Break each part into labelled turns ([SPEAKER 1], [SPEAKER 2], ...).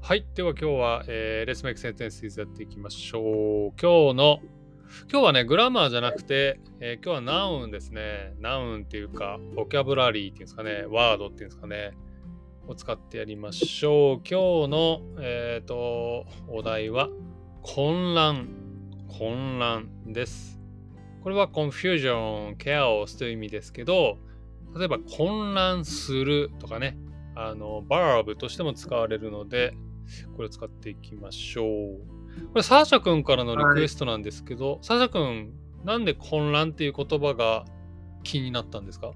[SPEAKER 1] はい。では今日は、えー、Let's Make Sentences やっていきましょう。今日の、今日はね、グラマーじゃなくて、えー今日はナウンですね。ナウンっていうか、ボキャブラリーっていうんですかね、ワードっていうんですかね、を使ってやりましょう。今日の、えっ、と、お題は、混乱。混乱です。これは confusion、chaos という意味ですけど、例えば混乱するとかね、あの、バーブとしても使われるので、これを使っていきましょう。これ、サーシャ君からのリクエストなんですけど、サーシャ君、なんで混乱っていう言葉が気になったんですか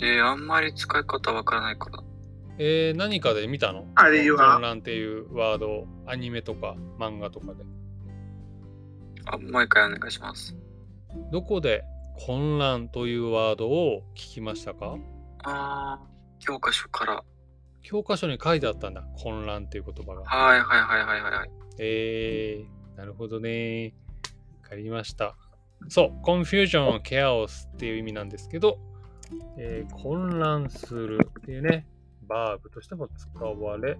[SPEAKER 2] えー、あんまり使い方わからないから。
[SPEAKER 1] えー、何かで見たの
[SPEAKER 3] あるいは
[SPEAKER 1] 混乱っていうワードをアニメとか漫画とかで。
[SPEAKER 2] あ、もう一回お願いします。
[SPEAKER 1] どこで混乱というワードを聞きましたか
[SPEAKER 2] あー、教科書から。
[SPEAKER 1] 教科書に書いてあったんだ、混乱っていう言葉が。
[SPEAKER 2] はいはいはいはいはいはい。
[SPEAKER 1] えー、なるほどね。わかりました。そう、confusion、chaos っていう意味なんですけど、えー混乱するっていうね、バーブとしても使われ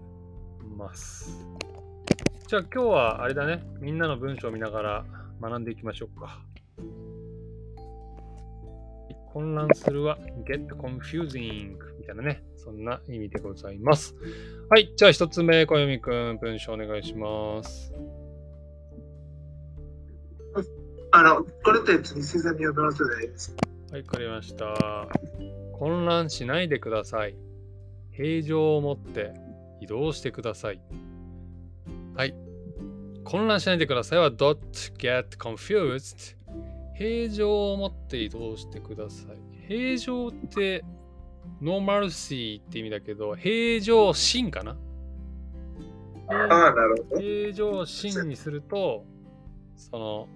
[SPEAKER 1] ます。じゃあ今日はあれだね、みんなの文章を見ながら学んでいきましょうか。混乱するは get confusing みたいなね、そんな意味でございます。はい、じゃあ一つ目、小読みくん、文章お願いします。
[SPEAKER 3] あの、これって別に星座によるものじゃないです。
[SPEAKER 1] はい、わかりました。混乱しないでください。平常を持って移動してください。はい。混乱しないでくださいは Don't get confused。平常を持って移動してください。平常ってノーマルシーって意味だけど、平常心かな
[SPEAKER 3] ああ、なるほど。
[SPEAKER 1] 平常心にすると、その、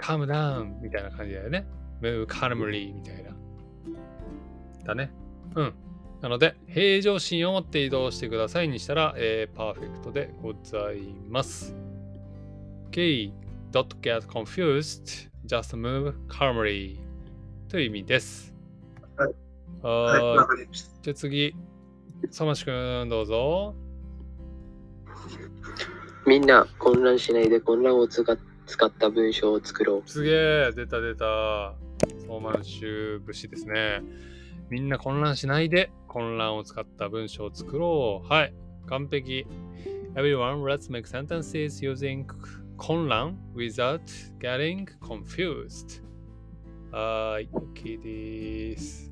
[SPEAKER 1] カムダウンみたいな感じだよね。ムーカルムリーみたいな。だね。うん。なので、平常心を持って移動してくださいにしたら、えーパーフェクトでございます。OK。Don't get confused. Just move calmly. という意味です。
[SPEAKER 3] はい。はい、
[SPEAKER 1] は
[SPEAKER 3] わ
[SPEAKER 1] ーい。
[SPEAKER 3] かりました。
[SPEAKER 1] じゃあ次、さましくん、どうぞ。
[SPEAKER 4] みんな混乱しないで混乱をつが使った文章を作ろう。
[SPEAKER 1] すげえ出た出た総満州武士ですねみんな混乱しないで混乱を使った文章を作ろうはい完璧 Everyone let's make sentences using 混乱 without getting confused はーい OK です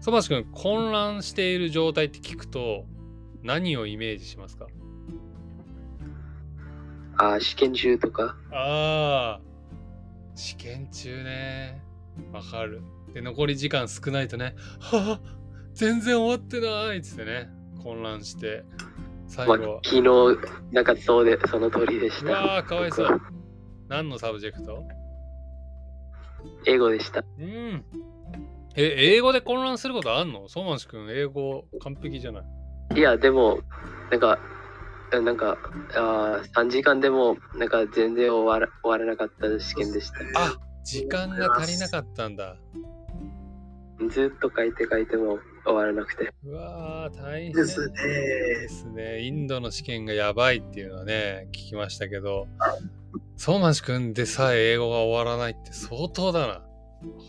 [SPEAKER 1] ソバシ君混乱している状態って聞くと何をイメージしますか
[SPEAKER 4] ああ、試験中とか。
[SPEAKER 1] ああ試験中ねわかるで残り時間少ないとねはあ全然終わってないっつってね混乱して最
[SPEAKER 4] まあ
[SPEAKER 1] 後は、
[SPEAKER 4] 昨日、なんかそうで、その通りでし
[SPEAKER 1] う
[SPEAKER 4] た。
[SPEAKER 1] わーかわいそ
[SPEAKER 4] 僕は
[SPEAKER 1] う何のサブジェクト
[SPEAKER 4] 英語でした。
[SPEAKER 1] うんえ英語で混乱することあんのソマンシ君英語完璧じゃない
[SPEAKER 4] いや、でも、なんか、えなんか、あ3時間でも、なんか全然終わら終わらなかった試験でした。
[SPEAKER 1] あ時間が足りなかったんだ
[SPEAKER 4] ずっと書いて書いても終わらなくて。
[SPEAKER 1] うわー大変
[SPEAKER 3] ですね。
[SPEAKER 1] ですね。インドの試験がやばいっていうのはね、聞きましたけど、相馬市君でさえ英語が終わらないって相当だな。わ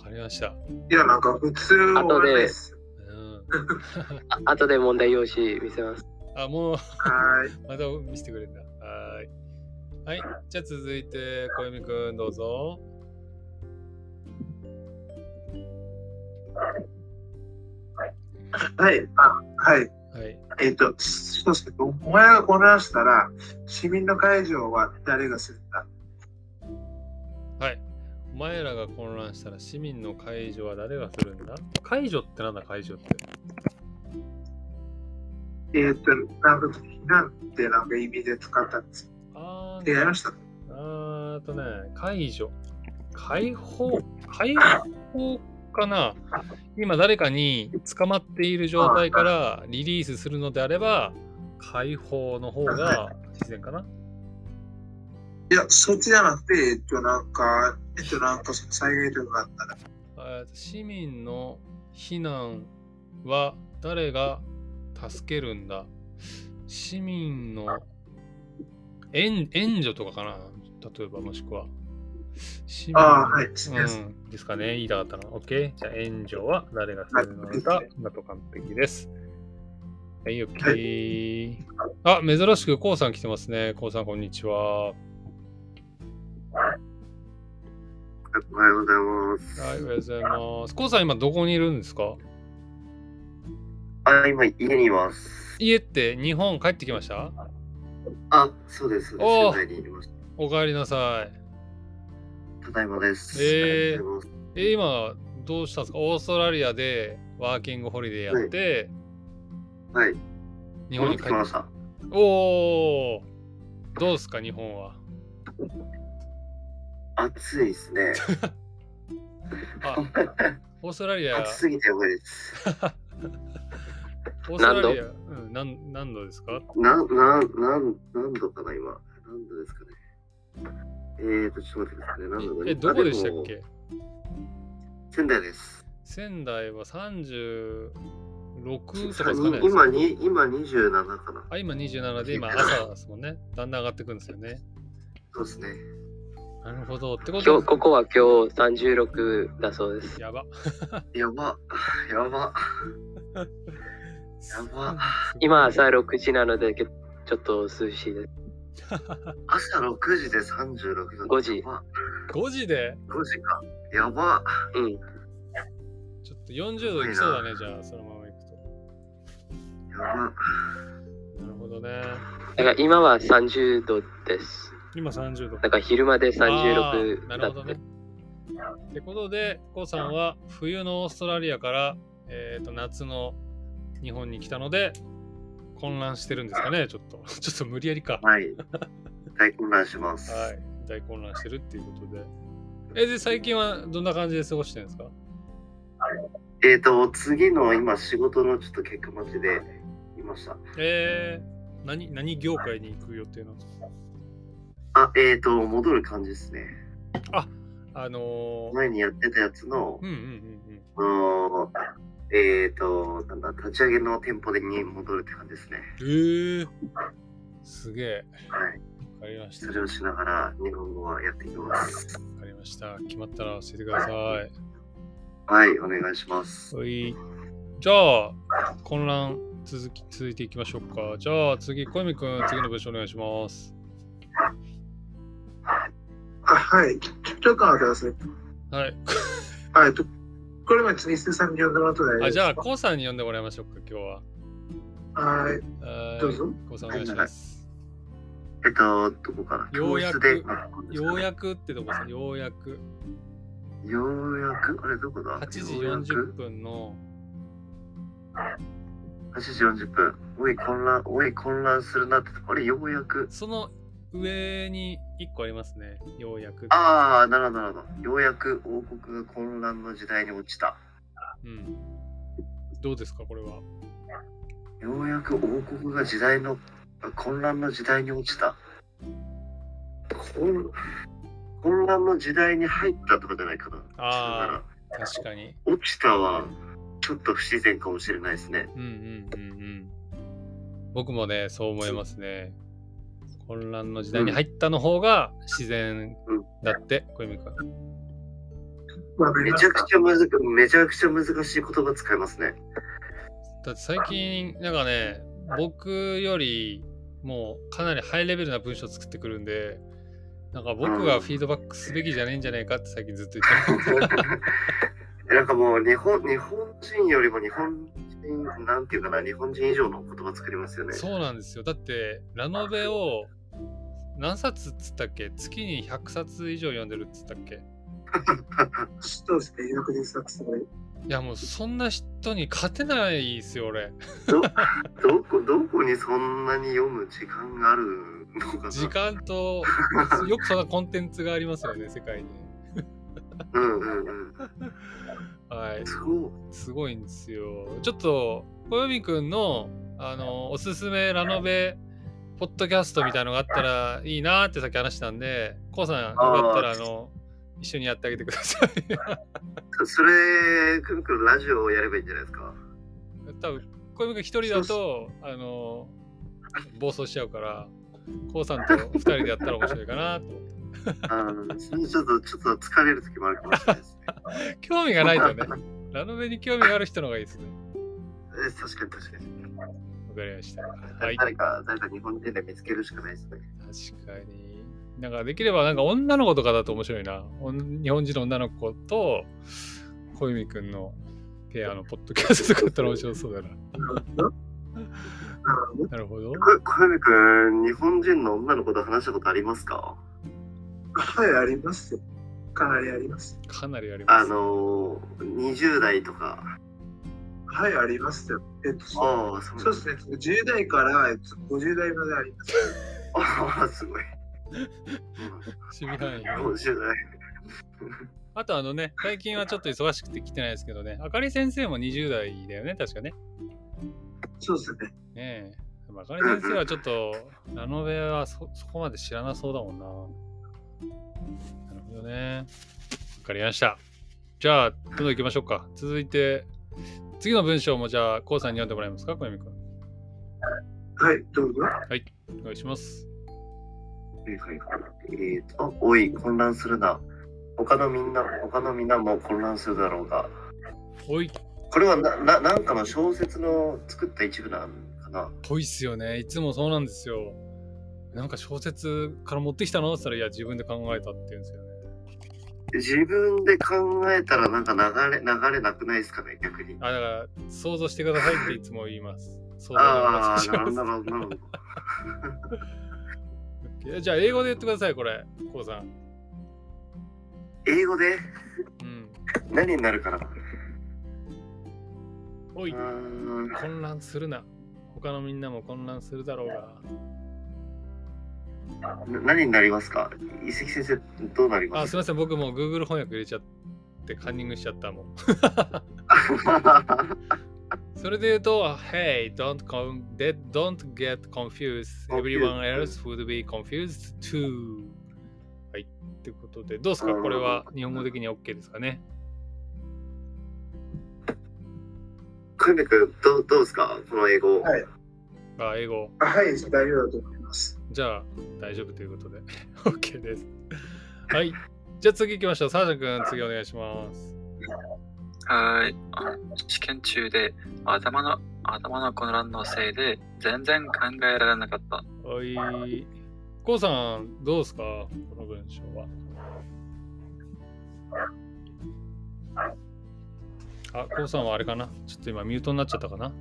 [SPEAKER 1] かりました。
[SPEAKER 3] いや、なんか普通は終わらないです。
[SPEAKER 1] うん。
[SPEAKER 4] あ後で問題用紙見せます。
[SPEAKER 1] あ、もう、
[SPEAKER 3] はーい。
[SPEAKER 1] また見せてくれるんだ。はーい。はい。じゃあ続いて、小泉君、どうぞ。
[SPEAKER 3] はい。あ、は
[SPEAKER 1] は
[SPEAKER 3] い。
[SPEAKER 1] い。
[SPEAKER 3] えっ、と、しとしくん、お前が混乱したら、市民の会場は誰がするんだ
[SPEAKER 1] はい。お前らが混乱したら市民の解除は誰がするんだ解除ってなんだ解除って。
[SPEAKER 3] えっ、と、なんか、避難ってなんか意味で使ったんですよ。
[SPEAKER 1] あー
[SPEAKER 3] 出会いました。
[SPEAKER 1] あーとね、解除。解放解放かな今誰かに捕まっている状態からリリースするのであれば、解放の方が自然かな。
[SPEAKER 3] いや、そっちじゃなくて、えっ、と、なんか、えっ、と、なんか、その災害とかがあったら、
[SPEAKER 1] えーと市民の避難は誰が助けるんだ市民の援援助とかかな例えばもしくは。市民の
[SPEAKER 3] ああはい
[SPEAKER 1] うん。ですかね。言いたかったの。OK。じゃあ援助は誰がするのか、だと完璧です。はい、OK。あ、珍しくコウさん来てますね。コウさん、こんにちは。
[SPEAKER 5] おはようございます。
[SPEAKER 1] はい、おはようございます。コウさん、今どこにいるんですか
[SPEAKER 5] あ、今、家にいます。
[SPEAKER 1] 家って日本帰ってきました
[SPEAKER 5] あ、そうです。
[SPEAKER 1] おー
[SPEAKER 5] 仙台にいます。
[SPEAKER 1] お帰りなさい。
[SPEAKER 5] ただいまです。
[SPEAKER 1] えー
[SPEAKER 5] ありがとうござい
[SPEAKER 1] えー今、どうしたんですかオーストラリアでワーキングホリデーやって、
[SPEAKER 5] ますはい。
[SPEAKER 1] 日本
[SPEAKER 5] 戻
[SPEAKER 1] に
[SPEAKER 5] っ
[SPEAKER 1] 帰
[SPEAKER 5] て
[SPEAKER 1] って
[SPEAKER 5] きました。
[SPEAKER 1] おおどうですか、日本は。
[SPEAKER 5] 暑いですね。
[SPEAKER 1] あ、オーストラリア、オー
[SPEAKER 5] 暑すぎてやばいです。
[SPEAKER 1] ストラリア、うん、なん何度ですか
[SPEAKER 5] なん、なん、なん、何度かな、今。何度ですかね。えーと、ちょっと待ってくださいね。何度か
[SPEAKER 1] え、どこでしたっけ
[SPEAKER 5] 仙台です。
[SPEAKER 1] 仙台は36とかですかね
[SPEAKER 5] に今に、今27かな。
[SPEAKER 1] あ、今27で今朝ですもんね。だんだん上がってくるんですよね。
[SPEAKER 5] そうですね。
[SPEAKER 1] なるほど。ってこ
[SPEAKER 4] 今
[SPEAKER 1] と
[SPEAKER 4] 日ここは今日36だそうです。
[SPEAKER 1] やば。
[SPEAKER 5] やば。やば。やば。
[SPEAKER 4] 今朝6時なのでけちょっと涼しいです。
[SPEAKER 5] 朝6時で36度。
[SPEAKER 4] 5時
[SPEAKER 5] やば
[SPEAKER 1] 5時で
[SPEAKER 5] 5時か。やば。
[SPEAKER 4] うん。
[SPEAKER 1] ちょっと40度いきそうだね、じゃあ、そのままいくと。
[SPEAKER 5] やば。
[SPEAKER 1] なるほどね。
[SPEAKER 4] だから今は30度です。
[SPEAKER 1] 今30度。
[SPEAKER 4] だから昼まで
[SPEAKER 1] あー
[SPEAKER 4] 36
[SPEAKER 1] な
[SPEAKER 4] だ
[SPEAKER 1] る
[SPEAKER 4] っ
[SPEAKER 1] ほど
[SPEAKER 4] て
[SPEAKER 1] ね。ってことで、コウさんは冬のオーストラリアから、えー、と夏の日本に来たので、混乱してるんですかね、ちょっと。 ちょっと無理やりか。は
[SPEAKER 5] はい。大混乱します。
[SPEAKER 1] い。大混乱してるっていうことで。え、で、最近はどんな感じで過ごしてるんですか
[SPEAKER 5] えっ、と、次の今仕事のちょっと結果待ちでいました。
[SPEAKER 1] えー、何、何業界に行く予定なんですか
[SPEAKER 5] あ、えっ、と、戻る感じですね。
[SPEAKER 1] あのー、
[SPEAKER 5] 前にやってたやつの
[SPEAKER 1] うん、うんうん
[SPEAKER 5] あのえっ、と、なんだ、立ち上げの店舗に戻るって感じですね。
[SPEAKER 1] うん。えー、すげえ。
[SPEAKER 5] はい。
[SPEAKER 1] わかりました。
[SPEAKER 5] それをしながら日本語はやっていきます。
[SPEAKER 1] わかりました。決まったら教えてください。
[SPEAKER 5] はい、お願いします。
[SPEAKER 1] はい。じゃあ、混乱続き続いていきましょうか。じゃあ、次、小泉君、次の文章お願いします。
[SPEAKER 3] あはい。ちょちょっと待ってください。
[SPEAKER 1] はい。
[SPEAKER 3] あえっと、これ別にスさんに呼んでもらっても
[SPEAKER 1] あ
[SPEAKER 3] 大
[SPEAKER 1] じゃあ、
[SPEAKER 3] 丈夫で
[SPEAKER 1] コウさんに呼んでもらいましょうか、今日は。
[SPEAKER 3] すかはい。
[SPEAKER 1] は
[SPEAKER 3] どう
[SPEAKER 1] い。
[SPEAKER 3] ぞ。
[SPEAKER 1] コウさん、お願いします。
[SPEAKER 5] えっ、と、どこかな
[SPEAKER 1] ようやく
[SPEAKER 5] 教室で
[SPEAKER 1] ようやくってとこさ、ようやく。
[SPEAKER 5] ようやくあれ、どこだ
[SPEAKER 1] 8時
[SPEAKER 5] ようやく
[SPEAKER 1] 40分の、
[SPEAKER 5] 8時40分。おい、混乱、おい、混乱するなってとこ、あれ、ようやく。
[SPEAKER 1] その上に1個ありますね。ようやく。
[SPEAKER 5] ああ、なるほど、なるほど。ようやく王国が混乱の時代に落ちた。
[SPEAKER 1] うん。どうですか、これは。
[SPEAKER 5] ようやく王国が時代の、混乱の時代に落ちた。混混乱の時代に入ったとかじゃないかな。
[SPEAKER 1] ああ、確かに。
[SPEAKER 5] 落ちたは、ちょっと不自然かもしれないですね。
[SPEAKER 1] うんうんうんうん。僕もね、そう思いますね。混乱の時代に入ったの方が自然だって、小泉君。
[SPEAKER 3] まあ、
[SPEAKER 5] めちゃくちゃむずく、めちゃくちゃ難しい言葉使います ね。
[SPEAKER 1] だって最近、なんかね、僕よりもうかなりハイレベルな文章作ってくるんで、なんか僕がフィードバックすべきじゃねえんじゃねえかって最近ずっと 言ってる。
[SPEAKER 5] なんかもう、日本、日本人よりも日本人、なんていうかな、日本人以上の言葉作りますよね。
[SPEAKER 1] そうなんですよ。だって、ラノベを何冊っつったっけ月に100冊以上読んでるっつったっけ
[SPEAKER 3] そうですね。よくで作すごい。
[SPEAKER 1] いやもうそんな人に勝てないですよ、俺。
[SPEAKER 5] どどこどこにそんなに読む時間があるのかな
[SPEAKER 1] 時間とよくそんなコンテンツがありますよね世界に
[SPEAKER 5] うんうんうん
[SPEAKER 1] はい
[SPEAKER 5] そう
[SPEAKER 1] すごいんですよちょっと小泉くんのあのおすすめラノベポッドキャストみたいのがあったらいいなーってさっき話したんでこうさんよかったらあ
[SPEAKER 5] あー
[SPEAKER 1] の一緒にやってあげてください
[SPEAKER 5] そそれくんくんラジオをやればいいんじゃないですか
[SPEAKER 1] 多分小泉くん一人だとあの暴走しちゃうから、こうさんと2人でやったら面白いかなと思って。
[SPEAKER 5] あのそれちょっと、ちょっと疲れる時もあるかもしれないですね。
[SPEAKER 1] 興味がないとね、ラノベに興味がある人の方がいいですね。
[SPEAKER 5] え確かに確かに。
[SPEAKER 1] わかりました。はい。確
[SPEAKER 5] 誰か、誰か日本人で見つけるしかないですね。
[SPEAKER 1] かに。なんかできればなんか女の子とかだと面白いな。おん日本人の女の子と小泉くんのペアのポッドキャストとかだったら面白そうだな。なるほど。
[SPEAKER 5] こ小泉君、日本人の女の子と話したことありますか
[SPEAKER 3] はい、ありますよ。かなりあります。
[SPEAKER 1] かなりありま
[SPEAKER 5] あ
[SPEAKER 1] す。
[SPEAKER 5] の、20代とか。
[SPEAKER 3] はい、ありますよ。えっと、そ
[SPEAKER 5] ああ、そう
[SPEAKER 3] う
[SPEAKER 5] なん
[SPEAKER 3] そ
[SPEAKER 5] だ
[SPEAKER 3] うですね。10代から、えっと、50代まであります。
[SPEAKER 5] ああ、すごい。
[SPEAKER 1] 守備範囲がね。
[SPEAKER 5] 50代。
[SPEAKER 1] あとあのね、最近はちょっと忙しくて来てないですけどね、あかり先生も20代だよね、確かね。
[SPEAKER 3] そうですね。
[SPEAKER 1] ねえ。でもあかり先生はちょっと、ラノベはそそこまで知らなそうだもんな。なるほどね。わかりました。じゃあ、どんどん行きましょうか。続いて、次の文章もじゃあ、こうさんに読んでもらえますか、小泉くん。
[SPEAKER 3] はい、どうぞ。
[SPEAKER 1] お願いします。
[SPEAKER 5] はいはいはい。えーと、おい、混乱するな。他のみんな、他のみんなも混乱するだろうが。
[SPEAKER 1] ぽい、
[SPEAKER 5] これはな、な、なんかの小説の作った一部なんかな。
[SPEAKER 1] ぽいっすよね。いつもそうなんですよ。なんか小説から持ってきたのって言ったら、いや、自分で考えたって言うんですよね。
[SPEAKER 5] 自分で考えたらなんか流れ、流れなくないですかね、逆に。
[SPEAKER 1] あ、だから、想像してくださいっていつも言います。想像の
[SPEAKER 5] あ
[SPEAKER 1] 話
[SPEAKER 5] あ、
[SPEAKER 1] し
[SPEAKER 5] なる
[SPEAKER 1] ま
[SPEAKER 5] ほ
[SPEAKER 1] す
[SPEAKER 5] ど、なるほど、なるほど。
[SPEAKER 1] え じゃあ、英語で言ってください、これ、こうさん。
[SPEAKER 5] 英語で
[SPEAKER 1] うん。
[SPEAKER 5] 何になるかな。
[SPEAKER 1] お
[SPEAKER 5] う
[SPEAKER 1] い、
[SPEAKER 5] ーん
[SPEAKER 1] 混乱するな。他のみんなも混乱するだろうが。
[SPEAKER 5] な何になりますか遺跡先生、どうなりま
[SPEAKER 1] あ、
[SPEAKER 5] す
[SPEAKER 1] すいません、僕もう Google 翻訳入れちゃって、カンニングしちゃったもん。
[SPEAKER 5] か
[SPEAKER 1] それで言うと、Hey, don't, con- that- don't get confused. Everyone else would be confused too. はい、ってことで、どうですかこれは日本語的に OK ですかね
[SPEAKER 5] 小泉君、どう、どうですかこの英語。
[SPEAKER 3] はい
[SPEAKER 1] あ、英語。
[SPEAKER 3] はい、大丈夫だと思います。
[SPEAKER 1] じゃあ、大丈夫ということで、OK です。はい。じゃあ次行きましょう。サーシャ君、次お願いします。
[SPEAKER 2] はーい。あ試験中で頭の頭の混乱のせいで全然考えられなかった。
[SPEAKER 1] はい。コウさん、どうですかこの文章は。あ、コウさんはあれかなちょっと今ミュートになっちゃったかな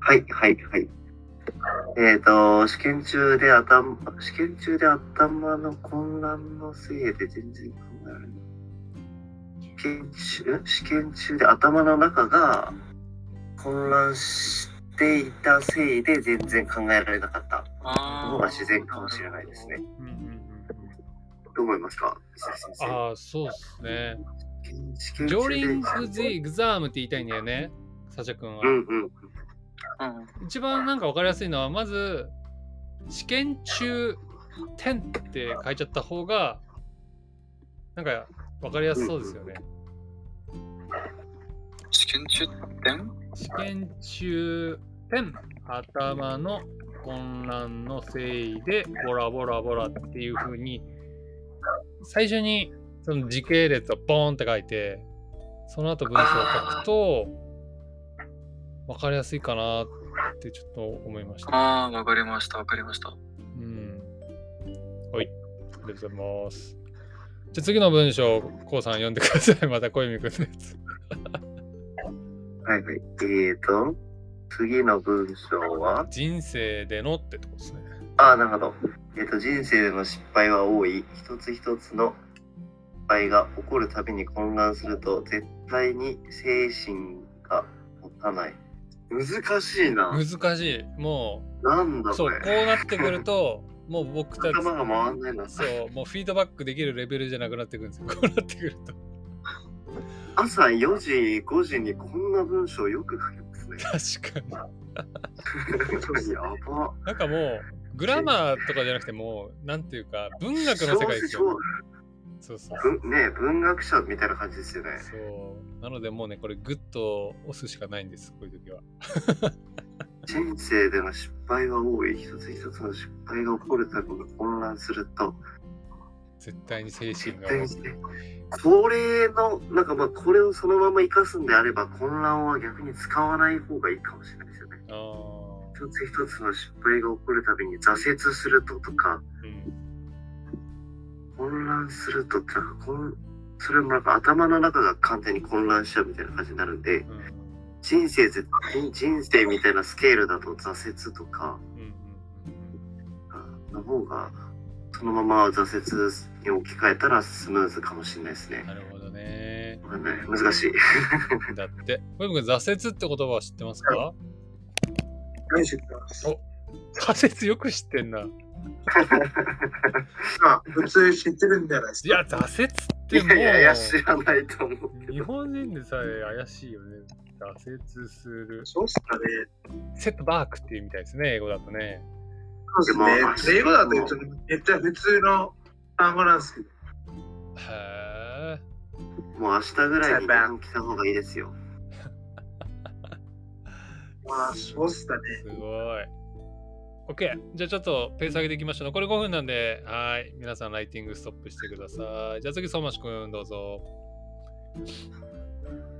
[SPEAKER 5] はいはいはい。えっ、と、試験中で頭、試験中で頭の混乱のせいで全然考えられない。試験中、試験中で頭の中が混乱していたせいで全然考えられなかった
[SPEAKER 2] あ
[SPEAKER 5] のが自然かもしれないですね。。
[SPEAKER 1] うんうんうん。
[SPEAKER 5] どう思いますか石井先
[SPEAKER 1] ああ、そうですね。
[SPEAKER 5] 生試験中で
[SPEAKER 1] During the exam って言いたいんだよね、サーシャ君は。
[SPEAKER 5] うんうん。
[SPEAKER 2] うん。
[SPEAKER 1] 一番なんか分かりやすいのはまず試験中点って書いちゃった方がなんか分かりやすそうですよね。
[SPEAKER 2] 試験中点
[SPEAKER 1] 試験中点頭の混乱のせいでボラボラボラっていう風に最初にその時系列をボーンって書いてその後文章を書くと分かりやすいかなってちょっと思いました。
[SPEAKER 2] ああ、わかりました、わかりました。
[SPEAKER 1] うん。はい。ありがとうございます。じゃあ次の文章、こうさん読んでください。また小泉くんのやつ。
[SPEAKER 5] はいはい。えっ、と、次の文章は
[SPEAKER 1] 人生でのってとこですね。
[SPEAKER 5] ああ、なるほど。えっ、と、人生での失敗は多い。一つ一つの失敗が起こるたびに混乱すると、絶対に精神が持たない。難しいな。
[SPEAKER 1] 難しい。も
[SPEAKER 5] なんだ
[SPEAKER 1] う、そう、
[SPEAKER 5] これ
[SPEAKER 1] こ。うなってくると、もう僕たち、
[SPEAKER 5] 頭が回んないな。
[SPEAKER 1] そう、もうフィードバックできるレベルじゃなくなってくるん ですよ。こうなってくると。。
[SPEAKER 5] 朝4時、5時にこんな文章よく書きますね
[SPEAKER 1] 確かに。
[SPEAKER 5] やば。
[SPEAKER 1] なんかもう、グラマーとかじゃなくてもう、なんていうか、文学の世界です
[SPEAKER 5] 小
[SPEAKER 1] よ。そうそうそう。
[SPEAKER 5] 文ね文学者みたいな感じですよね。
[SPEAKER 1] そう。なのでもうね、これグッと押すしかないんです、こういう時は。
[SPEAKER 5] 人生での失敗は多い。一つ一つの失敗が起こるたびに混乱すると、
[SPEAKER 1] 絶対に精
[SPEAKER 5] 絶
[SPEAKER 1] 神が
[SPEAKER 5] 対にして、これの、なんかまあ、これをそのまま生かすんであれば、混乱は逆に使わない方がいいかもしれないですよね。
[SPEAKER 1] ああ
[SPEAKER 5] 一つ一つの失敗が起こるたびに挫折するととか、
[SPEAKER 1] ー、うん、
[SPEAKER 5] 混乱するとってなんかこんそれもなんか頭の中が完全に混乱しちゃうみたいな感じになるんで
[SPEAKER 1] うん、
[SPEAKER 5] 人生絶対人生みたいなスケールだと挫折とか
[SPEAKER 1] うん、うん
[SPEAKER 5] あの方がそのまま挫折に置き換えたらスムーズかもしれないです
[SPEAKER 1] うん、
[SPEAKER 5] ね
[SPEAKER 1] なるほどね。
[SPEAKER 5] わかんない難しい
[SPEAKER 1] だって、小山君、挫折って言葉は知ってますか
[SPEAKER 3] 大丈夫です。
[SPEAKER 1] 挫折よく知ってんな。
[SPEAKER 3] まあ、普通知ってるんじゃないです
[SPEAKER 1] い
[SPEAKER 3] か。
[SPEAKER 1] や、挫折って
[SPEAKER 5] い
[SPEAKER 1] もう、
[SPEAKER 5] やいや知らないと思うけ
[SPEAKER 1] 日
[SPEAKER 5] ど
[SPEAKER 1] 本人でさえ怪しいよね。挫折する。
[SPEAKER 3] そうっすかね。
[SPEAKER 1] セットバークっていうみたいですね、英語だとね。
[SPEAKER 3] そうですね。英語だとちょっとめっちゃ普通の単語なんですけど。
[SPEAKER 1] へえ。
[SPEAKER 5] もう明日ぐらいに日本来た方がいいですよ
[SPEAKER 3] まあ、そうっすかね。
[SPEAKER 1] すごい。OK。じゃあちょっとペース上げていきましょう。残り5分なんで、はい。皆さん、ライティングストップしてください。じゃあ次、相馬市君、どうぞ。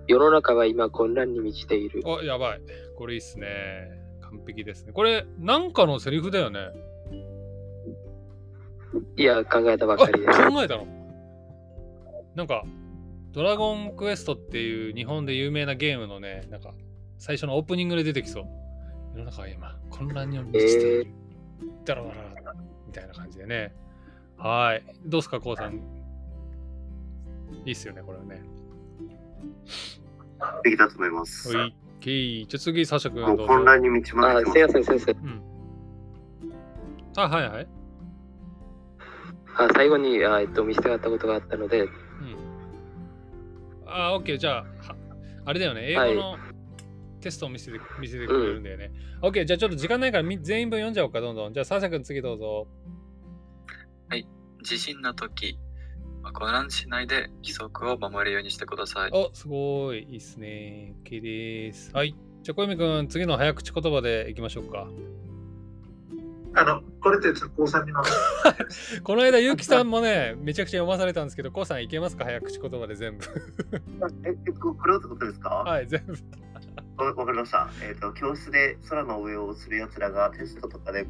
[SPEAKER 4] 世の中は今混乱に満ちている。
[SPEAKER 1] あ、やばい。これいいっすね。完璧ですね。これ、なんかのセリフだよね。
[SPEAKER 4] いや、考えたば
[SPEAKER 1] あ
[SPEAKER 4] かりです。
[SPEAKER 1] 考えたのなんか、ドラゴンクエストっていう日本で有名なゲームのね、なんか、最初のオープニングで出てきそう。世の中は今、混乱に満ちている。ダラダラダラみたいな感じでね。はい。どうすか、こうさん。いいっすよね、これはね。
[SPEAKER 5] できたと思います
[SPEAKER 1] おい、きーじゃあ次、サシャ君
[SPEAKER 5] もう
[SPEAKER 1] どうぞ。
[SPEAKER 5] 混乱に満ち
[SPEAKER 4] あ
[SPEAKER 5] まくって、ます
[SPEAKER 4] せやせん先生。
[SPEAKER 1] うん。あ、はいはい。
[SPEAKER 4] あ最後に、あえっと、見せたかったことがあったので、
[SPEAKER 1] うん。あー、オッケー、じゃあ、はあれだよね、英語のテストを見せて,、見せてくれるんだよね。オッケー、じゃあちょっと時間ないからみ全員分読んじゃおうか、どんどん。じゃあ、サーシャ君、次どうぞ。
[SPEAKER 2] 地震の時、まあ混乱しないで規則を守るようにしてください。
[SPEAKER 1] お、すごい、いいっすね。OK です。はい。じゃあ、小泉君、次の早口言葉でいきましょうか。
[SPEAKER 3] あの、これってちょっと高三に回す。
[SPEAKER 1] この間、ゆきさんもね、めちゃくちゃ読まされたんですけど、こうさんいけますか早口言葉で全 部。
[SPEAKER 5] ええここれをってことですか、
[SPEAKER 1] はい、全部。
[SPEAKER 5] わわかりました。えっ、と、教室で空の上をする奴らがテストとかで、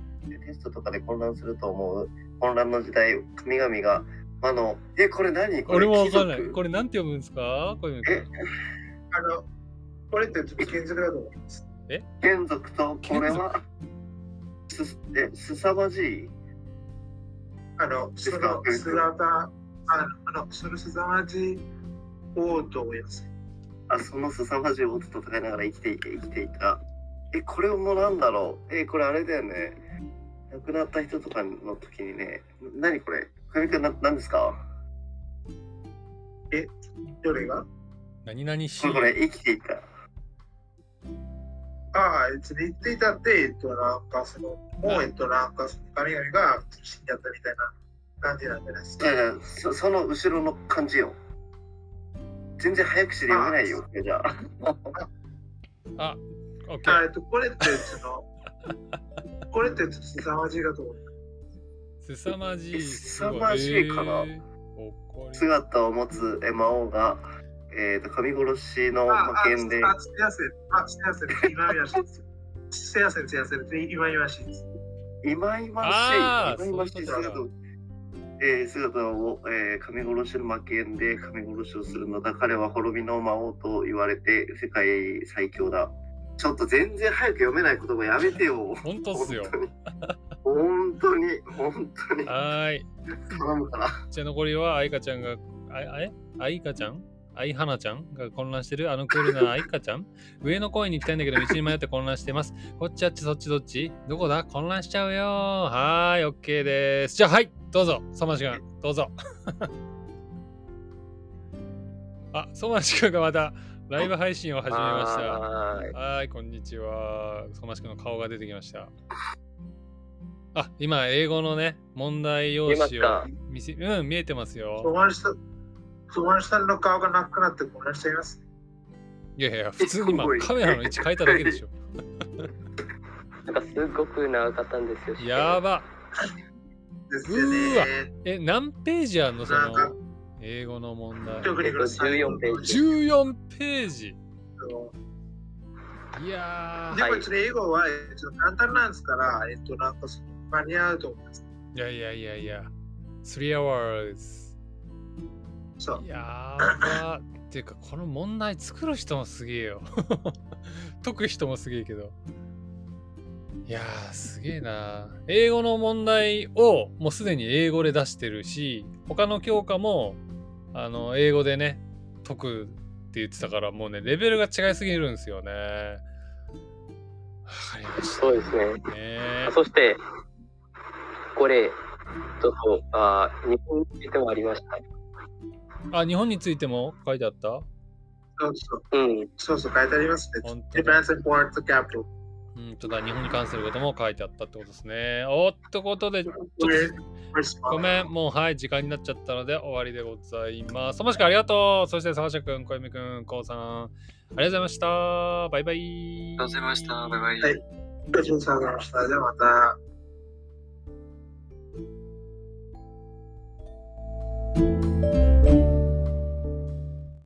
[SPEAKER 5] テストとかで混乱すると思う。混乱の時代、神々が、あの、え、これ何こ
[SPEAKER 1] 俺
[SPEAKER 5] れ
[SPEAKER 1] もわかんない。
[SPEAKER 5] 貴族
[SPEAKER 1] これ、なんて読むんですか小泉君。
[SPEAKER 3] あの、これってちょっと建築だと思います。
[SPEAKER 5] 眷属と、これは、す、え、すさまじい。
[SPEAKER 3] あの、その姿、あの、そのすさまじい王と思います。
[SPEAKER 5] あ、そのすさまじい音と戦いながら生きていて、生きていた。え、これもなんだろうえ、これあれだよね。亡くなった人とかの時にね、な何これ神くん、な何ですか
[SPEAKER 3] どれが
[SPEAKER 1] 何々し
[SPEAKER 5] これ、これ、生きていた。
[SPEAKER 3] ああ、えっと、言っていたって、えっと、なんかその、もう、えっと、なんかその神々が死んじゃったみたいな感じなんじゃないです
[SPEAKER 5] いやい
[SPEAKER 3] か。
[SPEAKER 5] やそその後ろの感じよ全然早口で読めないよじゃあ
[SPEAKER 1] あ、オッケ
[SPEAKER 3] あ
[SPEAKER 1] ー
[SPEAKER 3] えっと、これって、その、 これってちょっとすさまじいだと思います。
[SPEAKER 1] すさまじい。
[SPEAKER 5] すさまじいかな
[SPEAKER 1] えー怒り
[SPEAKER 5] 姿を持つ魔王が、えー、と神殺しの
[SPEAKER 3] あ、
[SPEAKER 5] 魔
[SPEAKER 3] あ、
[SPEAKER 5] 剣で
[SPEAKER 3] あ、すやせん、あ、すやせん、今言わしいです。すやせん、すやせん、今言わしいです。
[SPEAKER 5] 今々
[SPEAKER 1] あ
[SPEAKER 5] し
[SPEAKER 1] ー
[SPEAKER 5] い今々し
[SPEAKER 1] そうい
[SPEAKER 5] いう
[SPEAKER 1] こと
[SPEAKER 5] 姿をえー姿を、えー、神殺しの魔剣で神殺しをするのだ彼は滅びの魔王と言われて世界最強だちょっと全然早く読めない言葉やめてよ
[SPEAKER 1] 本当っすよ。
[SPEAKER 5] 本当に本当に本
[SPEAKER 1] はーい。
[SPEAKER 5] 当に頼むから
[SPEAKER 1] じゃあ残りは愛花ちゃんが、ああえ愛花ちゃん愛花ちゃんが混乱してるあのクールな愛花ちゃん上の公園に行きたいんだけど道に迷って混乱してます。こっちあっちそっちどっちどこだ混乱しちゃうよはーい、OK です。じゃあはい、どうぞ、ソマシ君、どうぞ。 あ、ソマシ君がまたライブ配信を始めました。
[SPEAKER 4] はーい
[SPEAKER 1] はーい、こんにちは。そましくの顔が出てきました。あ、今、英語のね、問題用
[SPEAKER 4] 見
[SPEAKER 1] 紙
[SPEAKER 4] え
[SPEAKER 1] を
[SPEAKER 4] ますか
[SPEAKER 1] 見せ、うん、見えてますよ。
[SPEAKER 3] 友達と、友達さんの顔がなくなって混乱しちゃいます。
[SPEAKER 1] いやいや、普通に今
[SPEAKER 5] すごい
[SPEAKER 1] カメラの位置変えただけでしょ。
[SPEAKER 4] なんかすごく長かったんですよ。試験
[SPEAKER 1] やば。
[SPEAKER 3] ですよね。
[SPEAKER 1] え、何ページあんのそ
[SPEAKER 3] なんか
[SPEAKER 1] の、英語の問題。
[SPEAKER 3] 特にこれ
[SPEAKER 4] 14ページ
[SPEAKER 1] 14ページ
[SPEAKER 3] で
[SPEAKER 1] いや
[SPEAKER 4] はい
[SPEAKER 3] もちょっと英語は、えっと、簡単なんですから、えっと、なんかその間に合うと思います。
[SPEAKER 1] ー、いやいやいやいや、3 hours。
[SPEAKER 3] そう。
[SPEAKER 1] やば。っていうか、この問題作る人もすげえよ。 解く人もすげえけど。いやー、すげえな。英語の問題をもうすでに英語で出してるし、他の教科も、あの、英語でね、解くって言ってたから、もうね、レベルが違いすぎるんですよね。わかりまし
[SPEAKER 4] そうですね。
[SPEAKER 1] たね。
[SPEAKER 4] そして、これ、ちょっと、あー日本についてもありました。
[SPEAKER 1] あ、日本についても書いてあった
[SPEAKER 3] そうそう。
[SPEAKER 4] うん。
[SPEAKER 3] そうそう、書いてありますね。
[SPEAKER 1] 本当だ
[SPEAKER 3] Depends upon the capital.
[SPEAKER 1] うんとだ、日本に関することも書いてあったってことですね。おっとことで、ちょっと
[SPEAKER 3] Where, where's
[SPEAKER 1] ごめん、もうはい、時間になっちゃったので終わりでございます。ともしくんありがとう。そして、サーシャ君、小泉君、こうさん、ありがとうございました。バイバイ。
[SPEAKER 2] ありがとうございました。バイバイ。
[SPEAKER 3] はいごちそうさまでした。じゃあまた。